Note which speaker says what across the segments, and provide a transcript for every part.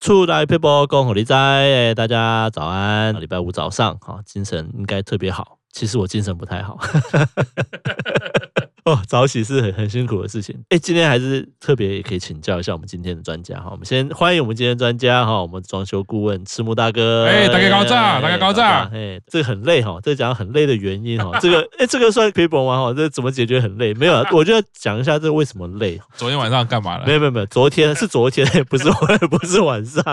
Speaker 1: 出来 people 共和你在，哎大家早安，礼拜五早上好，精神应该特别好。其实我精神不太好， 哦，早起是很很辛苦的事情。哎，今天还是特别也可以请教一下我们今天的专家哈，我们先欢迎我们今天的专家哈，我们装修顾问赤木大哥。
Speaker 2: 哎大家高炸
Speaker 1: 哎
Speaker 2: 大家高炸
Speaker 1: 哎，这个很累哈，这讲很累的原因哈，这个哎这个算 people 吗？哈，这怎么解决很累？没有啊，我就要讲一下这为什么累。
Speaker 2: 昨天晚上干嘛了
Speaker 1: 没？有没有没有，昨天是昨天，不是晚不是晚 上，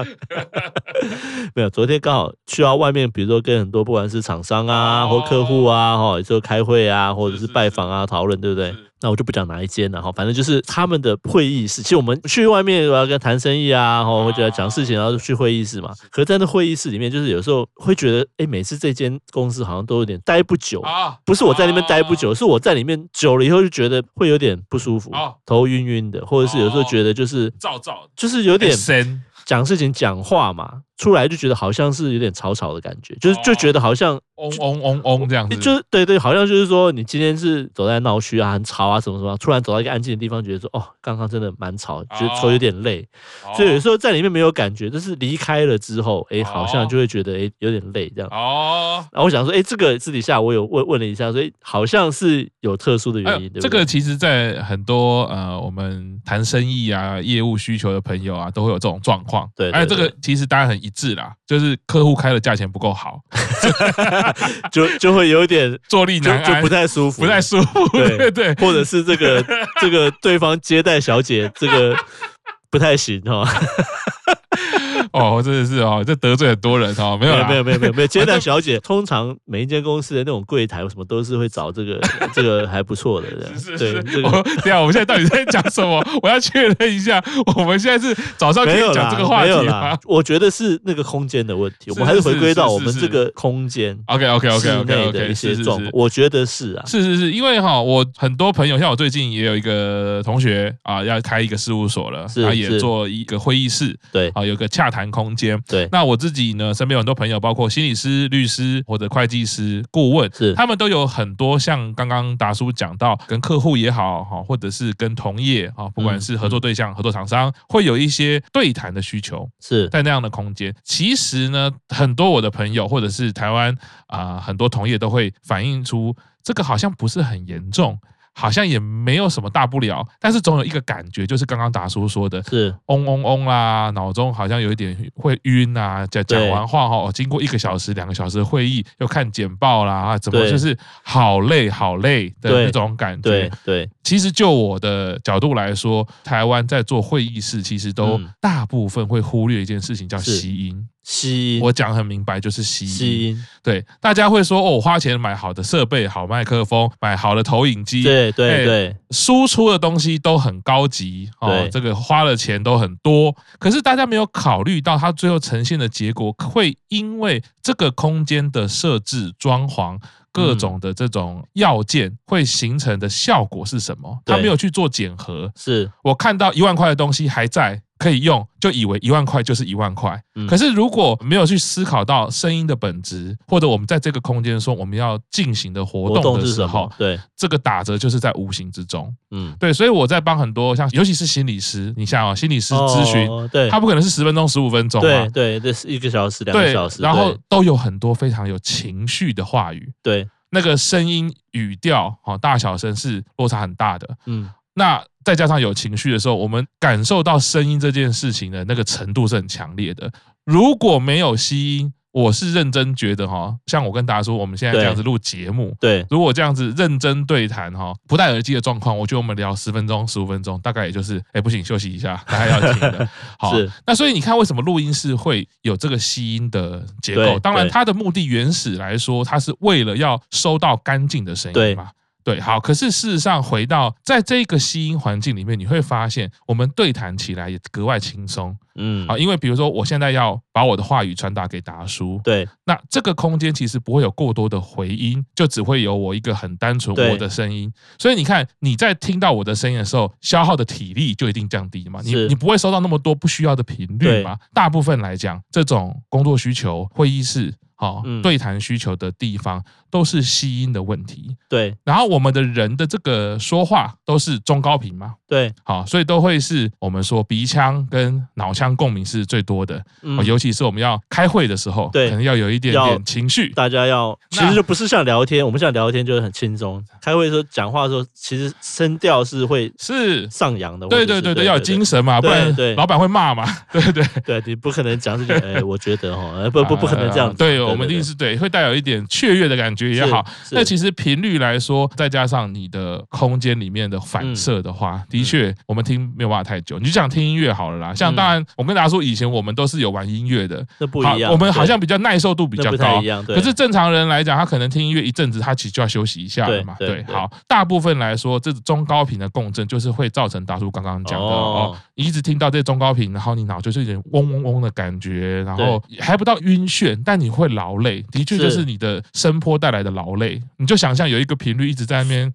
Speaker 1: 没有，昨天刚好去到外面，比如说跟很多不管是厂商啊或客户啊，哈，有时候开会啊，或者
Speaker 2: 哦是
Speaker 1: 是
Speaker 2: 是
Speaker 1: 拜访啊讨论，对不对
Speaker 2: 是？
Speaker 1: 那我就不讲哪一间了哈，反正就是他们的会议室。其实我们去外面我要跟谈生意啊，哈，或者讲事情，然后去会议室嘛。可是在那会议室里面，就是有时候会觉得，哎，每次这间公司好像都有点待不久，
Speaker 2: 啊，
Speaker 1: 不是我在那边待不久，是我在里面久了以后就觉得会有点不舒服
Speaker 2: 哦，
Speaker 1: 头晕晕的，或者是有时候觉得就是
Speaker 2: 照照哎
Speaker 1: 就是有
Speaker 2: 有
Speaker 1: 点
Speaker 2: 深，
Speaker 1: 讲事情讲话嘛，出来就觉得好像是有点吵吵的感觉，就是
Speaker 2: 哦
Speaker 1: 就觉得好像
Speaker 2: 嗡嗡嗡嗡这样子，
Speaker 1: 就是对对，好像就是说你今天是走在闹区啊，很吵啊什么什么，突然走到一个安静的地方，觉得说哦，刚刚真的蛮吵，觉得头有点累，
Speaker 2: 哦
Speaker 1: 所以有时候在里面没有感觉，但是离开了之后，哎，好像
Speaker 2: 哦
Speaker 1: 就会觉得哎有点累这样。
Speaker 2: 哦。
Speaker 1: 然后我想说，哎，这个私底下我有问问了一下，所以好像是有特殊的
Speaker 2: 哎
Speaker 1: 原因，
Speaker 2: 呦
Speaker 1: 对不对？
Speaker 2: 这个其实，在很多呃，我们谈生意啊、业务需求的朋友啊，都会有这种状况。
Speaker 1: 对对
Speaker 2: 哎，这个
Speaker 1: 对
Speaker 2: 其实大家很一致啦，就是客户开的价钱不够好，
Speaker 1: 就就会有 点
Speaker 2: 坐立
Speaker 1: 就
Speaker 2: 难
Speaker 1: 就
Speaker 2: 安，
Speaker 1: 不太舒服，
Speaker 2: 不太舒服。
Speaker 1: 对
Speaker 2: 对对，
Speaker 1: 或者是这 个这个对方接待小姐这个不太行哈、哦，
Speaker 2: 哦，真的是哦，这得罪很多人哦，没
Speaker 1: 没
Speaker 2: 有啦，
Speaker 1: 没有没有没有没有接待小姐，通常每一间公司的那种柜台什么都是会找这个这个还不错的人，
Speaker 2: 是
Speaker 1: 对
Speaker 2: 是
Speaker 1: 这
Speaker 2: 是，
Speaker 1: 个
Speaker 2: 我等一下我们现在到底在讲什么？ 我要确认一下，我们现在是早上可
Speaker 1: 没
Speaker 2: 以
Speaker 1: 有
Speaker 2: 讲
Speaker 1: 啦
Speaker 2: 这个话
Speaker 1: 没有
Speaker 2: 题
Speaker 1: 啦
Speaker 2: 吗，
Speaker 1: 我觉得是那个空间的问题，
Speaker 2: 是
Speaker 1: 我们还是回归到
Speaker 2: 是是
Speaker 1: 我们
Speaker 2: 是
Speaker 1: 这个空间
Speaker 2: ？OK OK OK
Speaker 1: 室
Speaker 2: OK
Speaker 1: 内
Speaker 2: OK，
Speaker 1: 的一些
Speaker 2: 是是
Speaker 1: 状况，我觉得是啊，
Speaker 2: 是是是，因为哈，我很多朋友，像我最近也有一个同学啊，要开一个事务所了，
Speaker 1: 是
Speaker 2: 他也
Speaker 1: 是
Speaker 2: 做一个会议室
Speaker 1: 对
Speaker 2: 啊，有个洽谈空间。
Speaker 1: 对
Speaker 2: 那我自己呢，身边有很多朋友，包括心理师、律师或者会计师、顾问，
Speaker 1: 是
Speaker 2: 他们都有很多像刚刚达叔讲到，跟客户也好哈，或者是跟同业啊，不管
Speaker 1: 嗯
Speaker 2: 是合作对象、合作厂商，会有一些对谈的需求。
Speaker 1: 是
Speaker 2: 在那样的空间。其实呢，很多我的朋友或者是台湾啊、很多同业都会反映出这个好像不是很严重，好像也没有什么大不了，但是总有一个感觉，就是刚刚达叔说的。
Speaker 1: 是
Speaker 2: 嗡嗡嗡啦，脑中好像有一点会晕啊。讲
Speaker 1: 对
Speaker 2: 讲完话哦，经过一个小时、两个小时的会议，又看简报啦，啊，怎么
Speaker 1: 对
Speaker 2: 就是好累、好累的
Speaker 1: 对
Speaker 2: 那种感觉。
Speaker 1: 对对
Speaker 2: 其实就我的角度来说，台湾在做会议室，其实都
Speaker 1: 嗯
Speaker 2: 大部分会忽略一件事情，叫
Speaker 1: 是
Speaker 2: 吸音。
Speaker 1: 吸音
Speaker 2: 我讲很明白，就是吸音。
Speaker 1: 吸音，
Speaker 2: 对，大家会说哦，我花钱买好的设备、好麦克风、买好的投影机，
Speaker 1: 对对
Speaker 2: 哎
Speaker 1: 对
Speaker 2: 输出的东西都很高级哦
Speaker 1: 对，
Speaker 2: 这个花了钱都很多，可是大家没有考虑到它最后呈现的结果会因为这个空间的设置、装潢。各种的这种要件会形成的效果是什么？
Speaker 1: 对
Speaker 2: 他没有去做检核。
Speaker 1: 是，
Speaker 2: 我看到一万块的东西还在可以用，就以为一万块就是一万块。
Speaker 1: 嗯
Speaker 2: 可是如果没有去思考到声音的本质，或者我们在这个空间说我们要进行的活
Speaker 1: 活
Speaker 2: 动
Speaker 1: 动
Speaker 2: 的
Speaker 1: 是
Speaker 2: 时
Speaker 1: 什
Speaker 2: 候
Speaker 1: 么，？对，
Speaker 2: 这个打折就是在无形之中。
Speaker 1: 嗯，
Speaker 2: 对，所以我在帮很多像，尤其是心理师，你像啊、心理师咨询，
Speaker 1: 哦，对，
Speaker 2: 他不可能是十分钟、十五分钟
Speaker 1: 对
Speaker 2: 嘛，
Speaker 1: 对，这是一个小时、两个
Speaker 2: 对
Speaker 1: 小，时，
Speaker 2: 然后
Speaker 1: 对
Speaker 2: 都有很多非常有情绪的话语，
Speaker 1: 对，
Speaker 2: 那个声音语调哦，大小声是落差很大的。
Speaker 1: 嗯，
Speaker 2: 那再加上有情绪的时候，我们感受到声音这件事情的那个程度是很强烈的。如果没有吸音，我是认真觉得哈、像我跟大家说，我们现在
Speaker 1: 对
Speaker 2: 这样子录节目，
Speaker 1: 对，
Speaker 2: 如果这样子认真对谈哈，不戴耳机的状况，我觉得我们聊十分钟、十五分钟，大概也就是哎、不行，休息一下， 大家要停 的。好
Speaker 1: 是，
Speaker 2: 那所以你看，为什么录音室会有这个吸音的结
Speaker 1: 对
Speaker 2: 构？当然，
Speaker 1: 对
Speaker 2: 它的目的原始来说，它是为了要收到干净的声
Speaker 1: 对
Speaker 2: 音嘛。对，好。可是事实上，回到在这个吸音环境里面，你会发现我们对谈起来也格外轻松
Speaker 1: 嗯
Speaker 2: 啊，，因为比如说，我现在要把我的话语传达给达叔，
Speaker 1: 对
Speaker 2: 那这个空间其实不会有过多的回音，就只会有我一个很单纯
Speaker 1: 对
Speaker 2: 我的声音。所以你看，你在听到我的声音的时候，消耗的体力就一定降低嘛，你
Speaker 1: 是
Speaker 2: 你不会收到那么多不需要的频率嘛。大部分来讲，这种工作需求、会议室。好、
Speaker 1: 嗯
Speaker 2: 对谈需求的地方，都是吸音的问题。
Speaker 1: 对
Speaker 2: 然后我们的人的这个说话都是中高频嘛，
Speaker 1: 对，
Speaker 2: 好，所以都会是我们说鼻腔跟脑腔共鸣是最多的，
Speaker 1: 嗯
Speaker 2: 哦尤其是我们要开会的时候，
Speaker 1: 对
Speaker 2: 可能要有一点
Speaker 1: 要
Speaker 2: 点情绪，
Speaker 1: 大家要，其
Speaker 2: 那
Speaker 1: 实就不是像聊天，我们像聊天就是很轻松，开会的时候讲话的时候，其实声调是会
Speaker 2: 是，
Speaker 1: 上扬的。
Speaker 2: 对
Speaker 1: 或者
Speaker 2: 对
Speaker 1: 是
Speaker 2: 对对，要有精
Speaker 1: 对
Speaker 2: 神嘛，不
Speaker 1: 对
Speaker 2: 然
Speaker 1: 对
Speaker 2: 老板会骂嘛， 对对，
Speaker 1: 对，你不可能讲这句，哎，我觉得哈，哎不不不可能这样子。
Speaker 2: 啊对我们一定是对，会带有一点雀跃的感觉也好。
Speaker 1: 是
Speaker 2: 那其实频率来说，再加上你的空间里面的反射的
Speaker 1: 嗯
Speaker 2: 话，的确我们听没有办法太久。你就想听音乐好了啦，像
Speaker 1: 嗯
Speaker 2: 当然我跟大家说，以前我们都是有玩音乐的，
Speaker 1: 那不一样，
Speaker 2: 我们好
Speaker 1: 对
Speaker 2: 像比较耐受度比
Speaker 1: 那
Speaker 2: 较
Speaker 1: 不太
Speaker 2: 高
Speaker 1: 一。样，对。
Speaker 2: 可是正常人来讲，他可能听音乐一阵子，他其实就要休息一下了
Speaker 1: 对
Speaker 2: 嘛。
Speaker 1: 对
Speaker 2: 对，
Speaker 1: 对
Speaker 2: 好，大部分来说，这中高频的共振就是会造成大叔刚刚讲的
Speaker 1: 哦
Speaker 2: 哦，你一直听到这中高频，然后你脑就是有点嗡嗡嗡的感觉，然后还不到晕眩，但你会劳累，的确
Speaker 1: 是
Speaker 2: 就是你的声波带来的劳累。你就想象有一个频率一直在那边，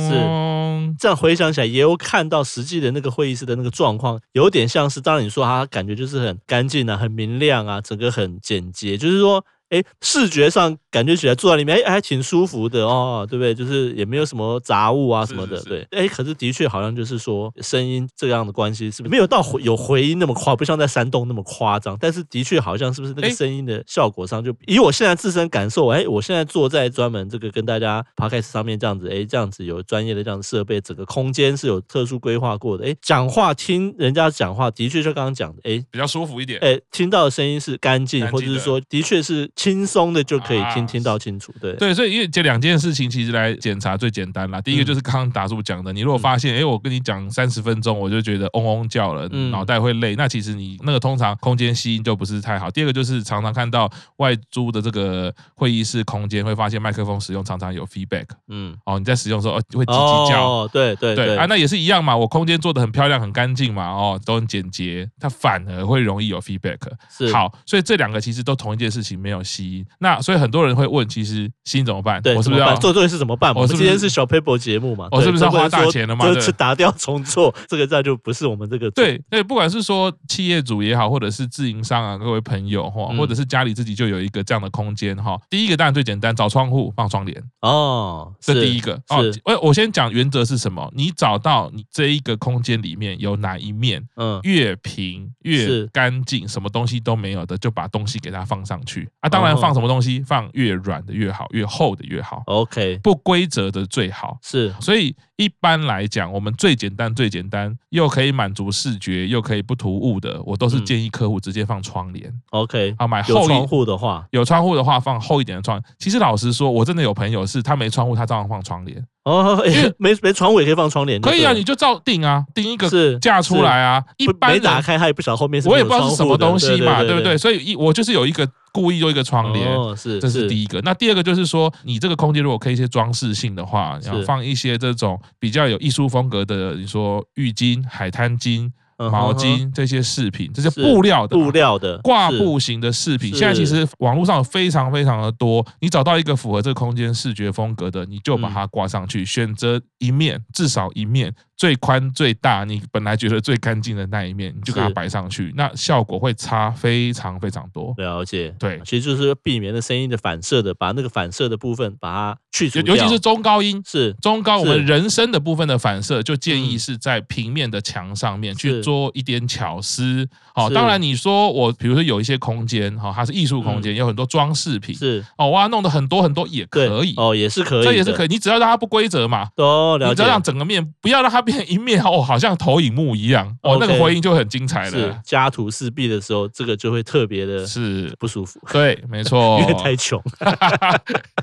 Speaker 2: 嗯，
Speaker 1: 这样回想起来，也有看到实际的那个会议室的那个状况，有点像是，当然你说它感觉就是很干净啊，很明亮啊，整个很简洁，就是说，哎，视觉上感觉起来坐在里面，哎，还挺舒服的哦，对不对？就是也没有什么杂物啊
Speaker 2: 是
Speaker 1: 什么的，
Speaker 2: 是
Speaker 1: 对。哎，可是的确好像就是说声音这样的关系，是不是没有到回有回音那么夸，不像在山洞那么夸张，但是的确好像是不是那个
Speaker 2: 诶
Speaker 1: 声音的效果上，就以我现在自身感受，哎，我现在坐在专门这个跟大家 podcast 上面这样子，哎，这样子有专业的这样的设备，整个空间是有特殊规划过的，哎，讲话听人家讲话，的确就刚刚讲的，哎。
Speaker 2: 比较舒服一点。
Speaker 1: 哎，听到的声音是干净，
Speaker 2: 干净
Speaker 1: 或者是
Speaker 2: 的
Speaker 1: 说，的确是轻松的，就可以听、
Speaker 2: 啊
Speaker 1: 听到清楚。对，嗯
Speaker 2: 对，所以因为这两件事情其实来检查最简单啦。第一个就是刚刚达叔讲的，你如果发现，哎，我跟你讲三十分钟，我就觉得嗡嗡叫了
Speaker 1: 嗯，
Speaker 2: 脑袋会累，那其实你那个通常空间吸音就不是太好。第二个就是常常看到外租的这个会议室空间，会发现麦克风使用常常有 feedback
Speaker 1: 嗯，
Speaker 2: 哦，你在使用的时候哦会叽叽叫。
Speaker 1: 哦，对对
Speaker 2: 对
Speaker 1: 对
Speaker 2: 啊，那也是一样嘛，我空间做的很漂亮、很干净嘛，哦，都很简洁，它反而会容易有 feedback。
Speaker 1: 是，
Speaker 2: 好，所以这两个其实都同一件事情，没有吸音。那所以很多人会问，其实吸音怎么办？
Speaker 1: 对，
Speaker 2: 我是
Speaker 1: 怎么
Speaker 2: 不是要
Speaker 1: 办？做这个事怎么办？我
Speaker 2: 我
Speaker 1: 们
Speaker 2: 是不
Speaker 1: 今天
Speaker 2: 是
Speaker 1: 是小 paper 节目嘛，
Speaker 2: 我
Speaker 1: 对
Speaker 2: 是不是要
Speaker 1: 总不能
Speaker 2: 花大
Speaker 1: 说
Speaker 2: 钱了嘛
Speaker 1: 就
Speaker 2: 对
Speaker 1: 是打掉重做，这个这就不是我们这个
Speaker 2: 对对，不管是说企业主也好，或者是自营商啊，各位朋友哈，
Speaker 1: 嗯
Speaker 2: 或者是家里自己就有一个这样的空间哈。第一个当然最简单，找窗户放窗帘，
Speaker 1: 哦，
Speaker 2: 这
Speaker 1: 是
Speaker 2: 第一个哦
Speaker 1: 是。
Speaker 2: 我我先讲原则是什么？你找到你这一个空间里面有哪一面
Speaker 1: 嗯
Speaker 2: 越平
Speaker 1: 是
Speaker 2: 越干净，什么东西都没有的，就把东西给它放上去啊。当然
Speaker 1: 哦
Speaker 2: 放什么东西，放越软的越好，越厚的越好，
Speaker 1: ，OK，
Speaker 2: 不规则的最好。
Speaker 1: 是
Speaker 2: 所以一般来讲，我们最简单、最简单，又可以满足视觉，又可以不突兀的，我都是
Speaker 1: 嗯
Speaker 2: 建议客户直接放窗帘
Speaker 1: OK，
Speaker 2: 啊，买
Speaker 1: 有
Speaker 2: 厚
Speaker 1: 窗
Speaker 2: 一。
Speaker 1: 户的话，
Speaker 2: 有窗户的话，放厚一点的窗。其实老实说，我真的有朋友是他没窗户，他照样放窗帘。
Speaker 1: 哦，
Speaker 2: 因为
Speaker 1: 没没床尾可以放窗帘就
Speaker 2: 可
Speaker 1: 对
Speaker 2: 以
Speaker 1: 了，
Speaker 2: 啊，你就照定啊，定一个
Speaker 1: 是
Speaker 2: 架出来啊。一
Speaker 1: 不
Speaker 2: 般
Speaker 1: 没打
Speaker 2: 人
Speaker 1: 开，他也不晓得后面是
Speaker 2: 我也
Speaker 1: 没
Speaker 2: 不
Speaker 1: 有
Speaker 2: 知道是什
Speaker 1: 窗
Speaker 2: 么
Speaker 1: 户的
Speaker 2: 东西嘛，
Speaker 1: 对
Speaker 2: 对不对？？所以一我就是有一个故意做一个窗帘，
Speaker 1: 哦，是，
Speaker 2: 这是第一个。那第二个就是说，你这个空间如果可以一些装饰性的话，
Speaker 1: 是
Speaker 2: 然后放一些这种比较有艺术风格的，你说浴巾、海滩巾、
Speaker 1: 嗯
Speaker 2: 毛，
Speaker 1: 哼
Speaker 2: 巾这些饰品，这些
Speaker 1: 是
Speaker 2: 布料
Speaker 1: 哼
Speaker 2: 的嘛
Speaker 1: 布料的
Speaker 2: 啊挂
Speaker 1: 是
Speaker 2: 布型的饰品，
Speaker 1: 是
Speaker 2: 现在其实网络上有非常非常的多。你找到一个符合这个空间视觉风格的，你就
Speaker 1: 嗯
Speaker 2: 把它挂上去，选择一面，至少一面最宽最大，你本来觉得最干净的那一面，你就给它
Speaker 1: 是
Speaker 2: 摆上去，那效果会差非常非常多。
Speaker 1: 了解，
Speaker 2: 对
Speaker 1: 其实就是避免那声音的反射的，把那个反射的部分把它去除
Speaker 2: 尤尤其
Speaker 1: 掉
Speaker 2: 是中高音，
Speaker 1: 是
Speaker 2: 中高，我
Speaker 1: 是
Speaker 2: 们人声的部分的反射，就建议
Speaker 1: 嗯
Speaker 2: 是在平面的墙上面
Speaker 1: 是
Speaker 2: 去做一点巧思。好，
Speaker 1: 是
Speaker 2: 当然你说我，比如说有一些空间，哈，它是艺术空间，有很多装饰
Speaker 1: 嗯
Speaker 2: 品，
Speaker 1: 是
Speaker 2: 哦，哇，弄得很多很多也
Speaker 1: 对
Speaker 2: 可以，
Speaker 1: 哦，也是可以的，
Speaker 2: 这也是可以，你只要让它不规则嘛。
Speaker 1: 哦，
Speaker 2: 你
Speaker 1: 了
Speaker 2: 只
Speaker 1: 解
Speaker 2: 要，让整个面不要让它变一面哦，好像投影幕一样哦，
Speaker 1: OK
Speaker 2: 那个回音就很精彩
Speaker 1: 是
Speaker 2: 了。
Speaker 1: 家徒四壁的时候，这个就会特别的
Speaker 2: 啊是，哦
Speaker 1: 不舒服，
Speaker 2: 对，没错
Speaker 1: 因。为太穷。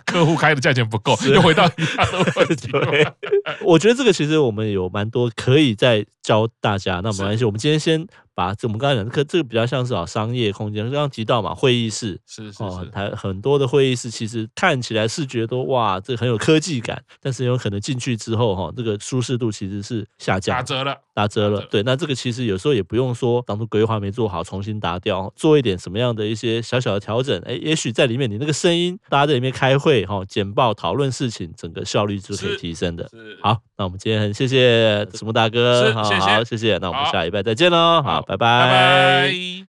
Speaker 2: 客户开的价钱不够，又回到一样的问题。
Speaker 1: 对，
Speaker 2: 呃
Speaker 1: 我觉得这个其实我们有蛮多可以再教大家。那没关系，我们今天先把这我们刚才讲的，可这个比较像是啊商业空间，刚刚提到嘛，会议室。
Speaker 2: 是是
Speaker 1: 哦
Speaker 2: 是，，
Speaker 1: 它很多的会议室其实看起来视觉都哇，这很有科技感，但是有可能进去之后哈、这个舒适度其实是下降
Speaker 2: 打
Speaker 1: 的。
Speaker 2: 折了。
Speaker 1: 打折了
Speaker 2: 打折。
Speaker 1: 对，那这个其实有时候也不用说当初规划没做好，重新打掉，做一点什么样的一些小小的调整，哎，也许在里面你那个声音，大家在里面开会哈、简报讨论事情，整个效率就可以
Speaker 2: 是
Speaker 1: 提升的。
Speaker 2: 是，
Speaker 1: 好，那我们今天很谢谢子木大哥，
Speaker 2: 是
Speaker 1: 好
Speaker 2: 谢谢
Speaker 1: 好谢谢，那我们
Speaker 2: 好
Speaker 1: 下礼拜再见喽，好，
Speaker 2: 拜拜。